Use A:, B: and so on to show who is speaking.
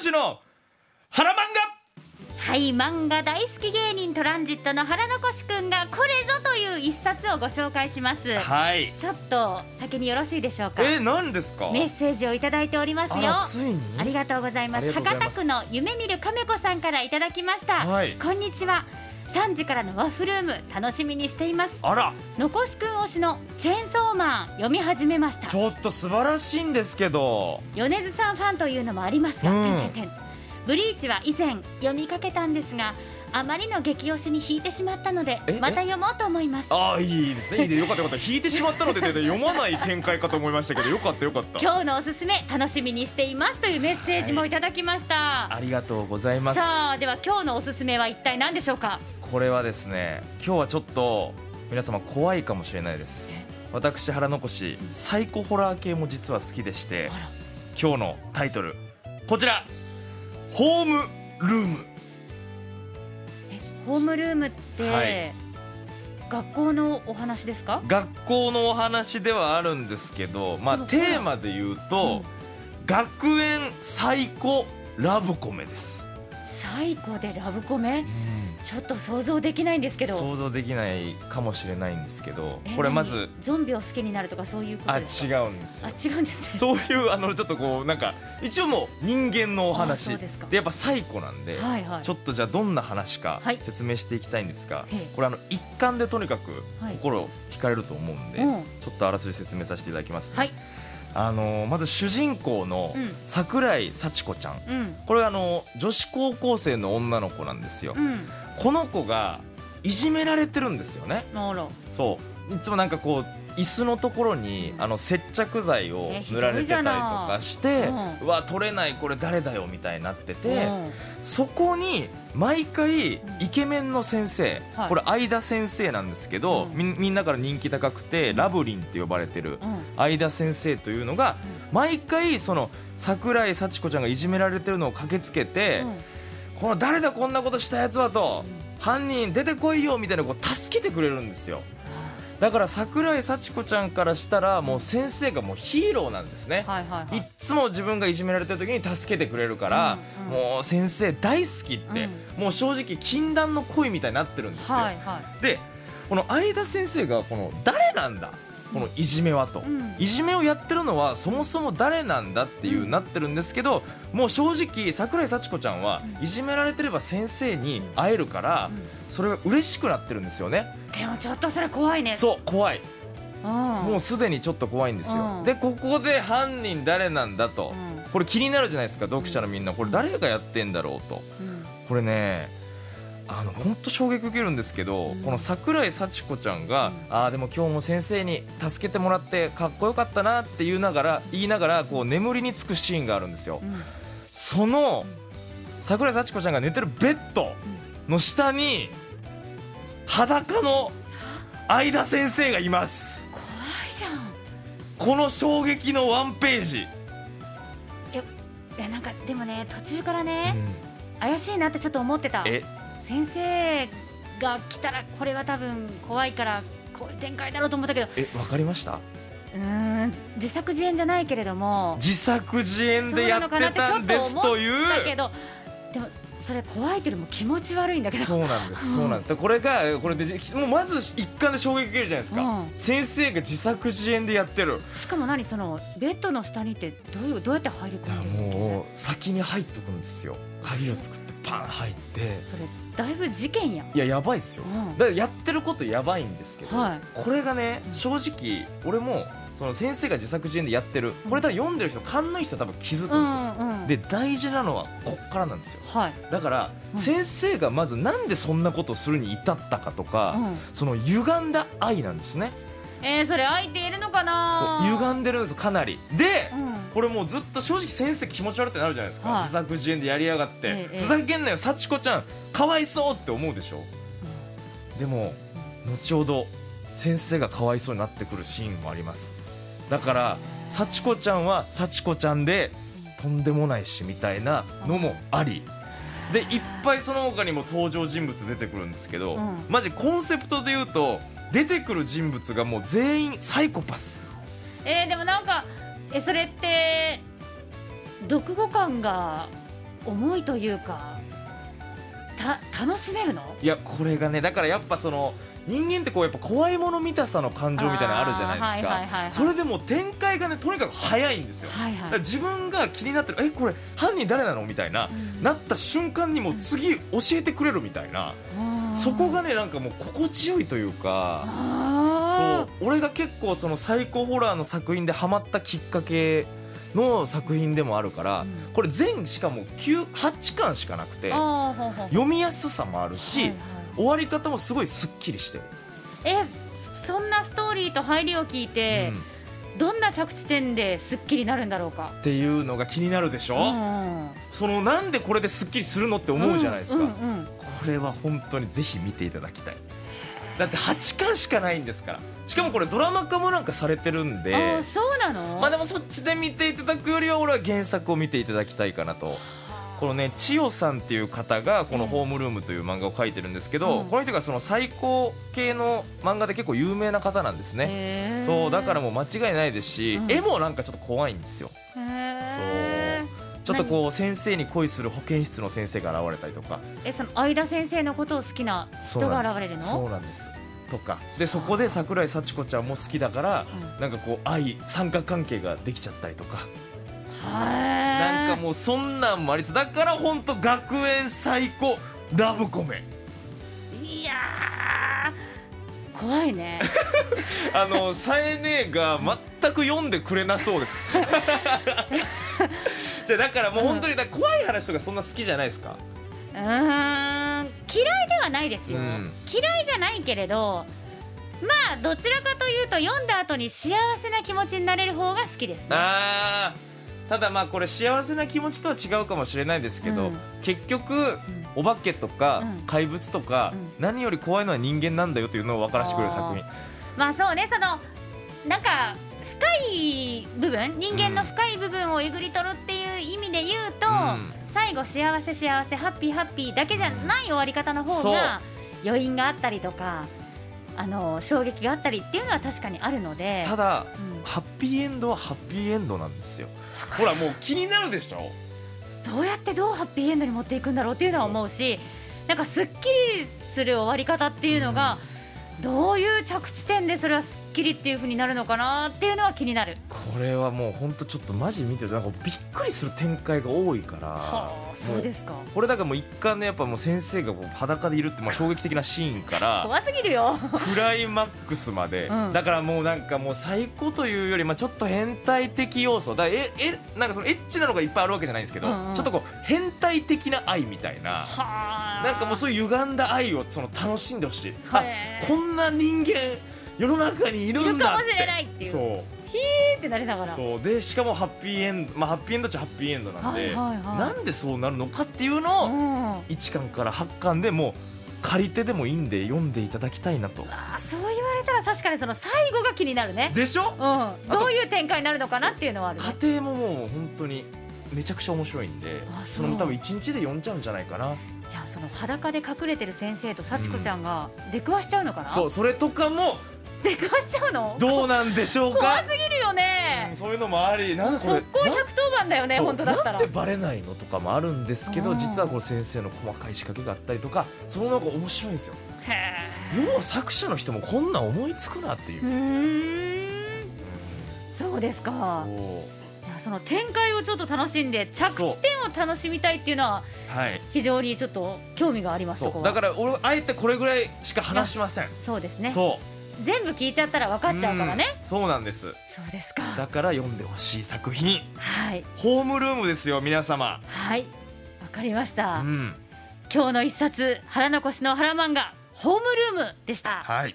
A: しの腹漫
B: はい漫画大好き芸人トランジットの腹残しくんがこれぞという一冊をご紹介します
A: 画はい
B: ちょっと先によろしいでしょうか
A: え何ですか
B: メッセージをいただいておりますよ
A: あらついに
B: ありがとうございま
A: あ
B: す
A: りがとうござい
B: 博
A: ま
B: 多
A: す
B: 区の夢見る亀子さんからいただきました、
A: はい
B: こんにちは3時からのワッフルーム楽しみにしています
A: あら
B: のこしくん推しのチェーンソーマン読み始めました
A: ちょっと素晴らしいんですけど
B: 米津さんファンというのもありますが、
A: うん
B: てんてんてんブリーチは以前読みかけたんですがあまりの激推しに引いてしまったので
A: ええ
B: また読もうと思います
A: ああいいですねいいでよかったよかった引いてしまったのででで読まない展開かと思いましたけどよかったよかった
B: 今日のおすすめ楽しみにしていますというメッセージもいただきました、
A: ありがとうございます
B: さあでは今日のおすすめは一体何でしょうか
A: これはですね今日はちょっと皆様怖いかもしれないです
B: え
A: 私腹残しサイコホラー系も実は好きでして
B: あら
A: 今日のタイトルこちらホームルーム
B: ホームルームって、
A: はい
B: 学校のお話ですか
A: 学校のお話ではあるんですけど、まあ、
B: でも
A: テーマで言うと、学園最高ラブコメです、
B: 最高でラブコメちょっと想像できないんですけど
A: 想像できないかもしれないんですけど
B: え
A: これま
B: 何
A: ず
B: ゾンビを好きになるとかそういうこと
A: あ違
B: ですか
A: うんですよ
B: あ違うんですね
A: そういうあのちょっとこうなんか一応もう人間のお
B: あそ
A: 話
B: うですか
A: やっぱ最古なんで、
B: はいはい
A: ちょっとじゃあどんな話か
B: はい
A: 説明していきたいんですが、
B: ええ
A: これあの一巻でとにかく
B: はい
A: 心を惹かれると思うんで、
B: うん
A: ちょっとあらすじ説明させていただきますね、
B: はい
A: あのまず主人公の
B: うん
A: 桜井幸子ちゃん、
B: うん
A: これはあの女子高校生の女の子なんですよ、
B: うん
A: この子がいじめられてるんですよね
B: あら
A: そういつもなんかこう椅子のところにあの接着剤を
B: えひどい
A: 塗られてたりとかして、
B: じゃ
A: う
B: ないう
A: わ取れないこれ誰だよみたいになってて、
B: うん
A: そこに毎回イケメンの先生、
B: はい
A: これ相田先生なんですけど、
B: うん
A: みんみんなから人気高くてラブリンって呼ばれてる
B: うん
A: 相田先生というのが毎回その桜井幸子ちゃんがいじめられてるのを駆けつけて、
B: うん
A: この誰だこんなことしたやつはと、犯人出てこいよみたいなこう助けてくれるんですよだから桜井幸子ちゃんからしたらもう先生がもうヒーローなんですね、
B: はいはいはい
A: いっつも自分がいじめられてる時に助けてくれるから、
B: うんうん
A: もう先生大好きって、もう正直禁断の恋みたいになってるんですよ、
B: はいは
A: でこの相田先生がこの誰なんだこのいじめはと、
B: いうん
A: いじめをやってるのはそもそも誰なんだっていうなってるんですけどもう正直桜井幸子ちゃんは
B: うん
A: いじめられてれば先生に会えるから
B: うん
A: それが嬉しくなってるんですよね
B: でもちょっとそれ怖いね
A: そう怖い
B: うん
A: もうすでにちょっと怖いんです
B: う
A: よ
B: ん
A: でここで犯人誰なんだと
B: うん
A: これ気になるじゃないですか読者のみんなこれ誰がやってんだろうと
B: うん
A: これねあの本当衝撃受けるんですけど、
B: うん
A: この桜井幸子ちゃんが、
B: うん
A: ああでも今日も先生に助けてもらってかっこよかったなって言いながら言いながらこう眠りにつくシーンがあるんですよ、
B: うん
A: その桜井幸子ちゃんが寝てるベッドの下に裸の相田先生がいます
B: 怖いじゃん
A: この衝撃のワンページ、
B: いやなんかでもね途中からね怪しいなってちょっと思ってた
A: え
B: 先生が来たらこれは多分怖いからこういう展開だろうと思ったけど
A: えわかりました
B: うーん自自作自演じゃないけれども
A: 自作自演でやってたんですという
B: だけどでもそれ怖いというよりも気持ち悪いんだけど
A: そうなんです、
B: うん
A: そうなんですだからこれがこれでもうまず一貫で衝撃受けるじゃないですか、
B: うん
A: 先生が自作自演でやってる
B: しかも何そのベッドの下にってどういうどうやって入り込んでるんだろうね
A: もう先に入っとくんですよ鍵を作ってパン入って
B: それだいぶ事件やん
A: いややばいですよ、
B: うん
A: だからやってることやばいんですけど、
B: はい
A: これがね正直俺もその先生が自作自演でやってるこれ多分読んでる人勘のいい人は多分気づくんです
B: う
A: よ、
B: んうん
A: で大事なのはこっからなんですよ
B: はい、
A: だから
B: うん
A: 先生がまずなんでそんなことをするに至ったかとか、
B: うん、
A: その歪んだ愛なんですね
B: えー、それ開いているのかな
A: そう歪んでるんですかなりで、
B: うん
A: これもうずっと正直先生気持ち悪ってなるじゃないですか、
B: はい
A: 自作自演でやりやがって、
B: ええ
A: ふざけんなよ幸子ちゃんかわいそうって思うでしょでも後ほど先生がかわいそうになってくるシーンもありますだから幸子ちゃんは幸子ちゃんでとんでもないしみたいなのもありでいっぱいその他にも登場人物出てくるんですけど、
B: うん
A: マジコンセプトで言うと出てくる人物がもう全員サイコパス
B: えー、でもなんかえそれって読後感が思いというかた楽しめるの
A: いやこれがねだからやっぱその人間ってこうやっぱ怖いもの見たさの感情みたいなのあるじゃないですか、
B: あーはいはいはいはい
A: それでもう展開がねとにかく早いんですよ、
B: はい
A: だ
B: は
A: から
B: い
A: 自分が気になってるえこれ犯人誰なのみたいな、
B: うん
A: なった瞬間にもう次教えてくれるみたいな、
B: あー
A: そこがねなんかもう心地よいというか、
B: あ
A: そう俺が結構そのサイコホラーの作品でハマったきっかけの作品でもあるから、
B: うん
A: これ全しかも9 8巻しかなくて
B: あーほうほう
A: 読みやすさもあるし、
B: はいはい
A: 終わり方もすごいすっきりしてる、
B: えそそんなストーリーと入りを聞いて
A: うん、っ
B: どんな着地点ですっきりなるんだろうか
A: ていうのが気になるでしょ、
B: うんうん
A: そのなんでこれですっきりするのって思うじゃないですか、
B: うんうんうん
A: これは本当にぜひ見ていただきたいだって8巻しかないんですからしかもこれドラマ化もなんかされてるん
B: あ
A: で
B: ーそうなの、
A: まあでもそっちで見ていただくよりは俺は原作を見ていただきたいかなとこのね千代さんっていう方がこの「ホームルーム」という漫画を描いてるんですけど、
B: うん
A: この人がその最高系の漫画で結構有名な方なんですね、
B: へー
A: そうだからもう間違いないですし、
B: うん
A: 絵もなんかちょっと怖いんですよ
B: へー
A: ちょっとこう先生に恋する保健室の先生が現れたりとか
B: えその相田先生のことを好きな人が現れるの
A: そうなんですとかでそこで桜井幸子ちゃんも好きだから
B: うん
A: なんかこう愛三角関係ができちゃったりとか
B: は
A: ないんかもうそんなんもありつつだから本当学園最高ラブコメ
B: いやー怖い ね
A: あのさえねえが全く読んでくれなそうです じゃあだからもう本当にだから怖い話とかそんな好きじゃないですか
B: うーん嫌いではないですよ、
A: うん
B: 嫌いじゃないけれどまあどちらかというと読んだ後に幸せな気持ちになれる方が好きですね
A: あーただまあこれ幸せな気持ちとは違うかもしれないですけど、
B: うん
A: 結局お化けとか
B: うん
A: 怪物とか、
B: うん
A: 何より怖いのは人間なんだよというのを分からしてくれる作品
B: まあそうねそのなんか深い部分人間の深い部分をえぐり取るっていう意味で言うと、
A: うん
B: 最後幸せ幸せハッピーハッピーだけじゃない終わり方の方が余韻があったりとかあの衝撃があったりっていうのは確かにあるので
A: ただ
B: うん
A: ハッピーエンドはハッピーエンドなんですよほらもう気になるでしょ
B: どうやってどうハッピーエンドに持っていくんだろうっていうのは思うしなんかすっきりする終わり方っていうのが、どういう着地点でそれはすっきりっていうふうになるのかなっていうのは気になる。
A: これはもう本当ちょっとマジ見てるとなんかびっくりする展開が多いから、
B: はあ、そうですか
A: これだからもう一貫ねやっぱもう先生がこう裸でいるってまあ衝撃的なシーンから
B: 怖すぎるよ。
A: クライマックスまで、
B: うん
A: だからもうなんかもう最高というより、まあ、ちょっと変態的要素だからええなんかそのエッチなのがいっぱいあるわけじゃないんですけど、
B: うんうん
A: ちょっとこう変態的な愛みたいな
B: はあ。
A: なんかもうそういう歪んだ愛をその楽しんでほしい、あ
B: へえ
A: こんな人間世の中にいるんだって
B: いるかもしれないっていう
A: そう
B: ってなりながら。
A: そうでしかもハッピーエンド、まあ、ハッピーエンドっちゃハッピーエンドなんで、
B: はいはいはい
A: なんでそうなるのかっていうのを、
B: うん。
A: 1巻から8巻でもう借り手でもいいんで読んでいただきたいなと。
B: あーそう言われたら確かにその最後が気になるね、
A: でしょ
B: うん、どういう展開になるのかなっていうのはあるね
A: 家庭ももう本当にめちゃくちゃ面白いんで
B: あ
A: そ
B: そう
A: の多分一日で読んじゃうんじゃないかない
B: やその裸で隠れてる先生と幸子ちゃんが出くわしちゃうのかな、
A: そうそれとかも
B: 出くわしちゃうの
A: どうなんでしょう
B: 怖
A: か
B: すぎるよ
A: うん
B: ね
A: そういうのもありなんでこれ
B: 速攻110番だよね
A: そう
B: 本当だったら
A: なんでバレないのとかもあるんですけ
B: う
A: ど
B: ん
A: 実はこの先生の細かい仕掛けがあったりとかそのなんか面白いんですよ
B: へ
A: 要は作者の人もこんなん思いつくなってい
B: ーう
A: う、
B: ーんそうですか
A: そ
B: じゃあその展開をちょっと楽しんで着地点を楽しみたいっていうのは
A: うはい
B: 非常にちょっと興味がありますそ
A: そ
B: こ
A: う
B: は
A: だから俺あえてこれぐらいしか話しません
B: そうですね
A: そう
B: 全部聞いちゃったら分かっちゃうからね
A: んそうなんです
B: そうですか
A: だから読んでほしい作品
B: はい
A: ホームルームですよ皆様
B: はいわかりました
A: うん
B: 今日の一冊腹残しの腹漫画ホームルームでした
A: はい